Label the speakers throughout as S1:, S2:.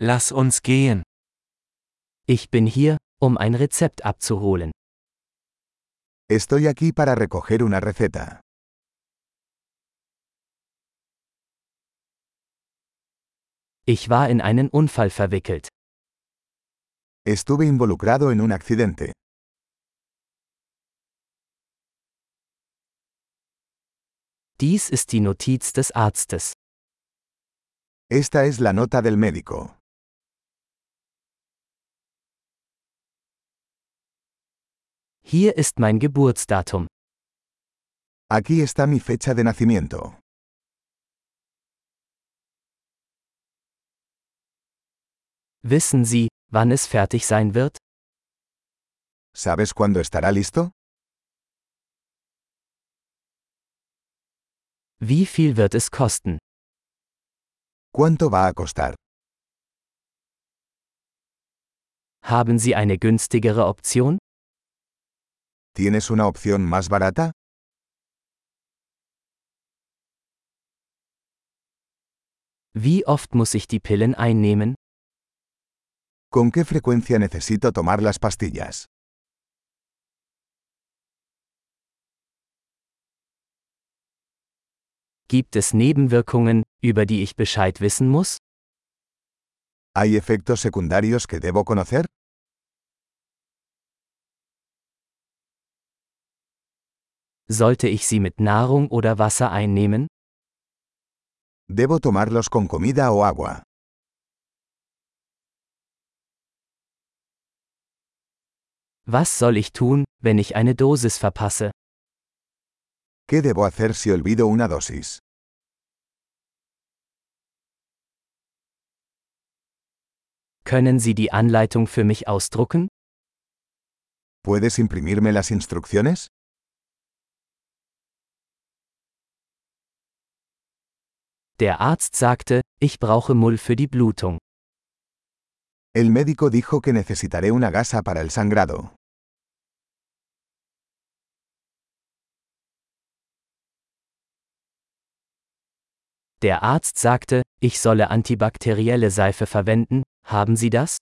S1: Lass uns gehen.
S2: Ich bin hier, um ein Rezept abzuholen.
S3: Estoy aquí para recoger una receta.
S2: Ich war in einen Unfall verwickelt.
S3: Estuve involucrado en un accidente.
S2: Dies ist die Notiz des Arztes.
S3: Esta es la nota del médico.
S2: Hier ist mein Geburtsdatum.
S3: Aquí está mi fecha de nacimiento.
S2: Wissen Sie, wann es fertig sein wird?
S3: ¿Sabes cuándo estará listo?
S2: Wie viel wird es kosten?
S3: ¿Cuánto va a costar?
S2: Haben Sie eine günstigere Option?
S3: ¿Tienes una opción más barata?
S2: Wie oft muss ich die Pillen einnehmen?
S3: ¿Con qué frecuencia necesito tomar las pastillas?
S2: Gibt es Nebenwirkungen, über die ich Bescheid wissen muss?
S3: ¿Hay efectos secundarios que debo conocer?
S2: Sollte ich sie mit Nahrung oder Wasser einnehmen?
S3: ¿Debo tomarlos con comida o agua?
S2: Was soll ich tun, wenn ich eine Dosis verpasse?
S3: ¿Qué debo hacer si olvido una dosis?
S2: Können Sie die Anleitung für mich ausdrucken?
S3: ¿Puedes imprimirme las instrucciones?
S2: Der Arzt sagte, ich brauche Mull für die Blutung.
S3: El médico dijo que necesitaré una gasa para el sangrado.
S2: Der Arzt sagte, ich solle antibakterielle Seife verwenden, haben Sie das?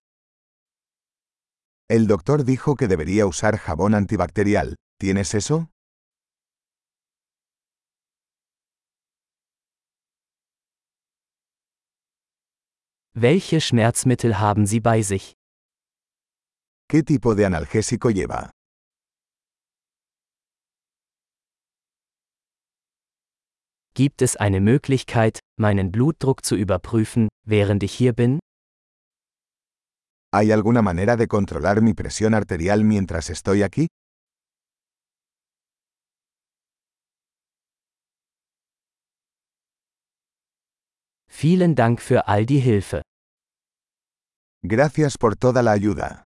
S3: El doctor dijo que debería usar jabón antibacterial. ¿Tienes eso?
S2: Welche Schmerzmittel haben Sie bei sich?
S3: ¿Qué tipo de analgésico lleva?
S2: Gibt es eine Möglichkeit, meinen Blutdruck zu überprüfen, während ich hier bin?
S3: ¿Hay alguna manera de controlar mi presión arterial mientras estoy aquí?
S2: Vielen Dank für all die Hilfe.
S3: Gracias por toda la ayuda.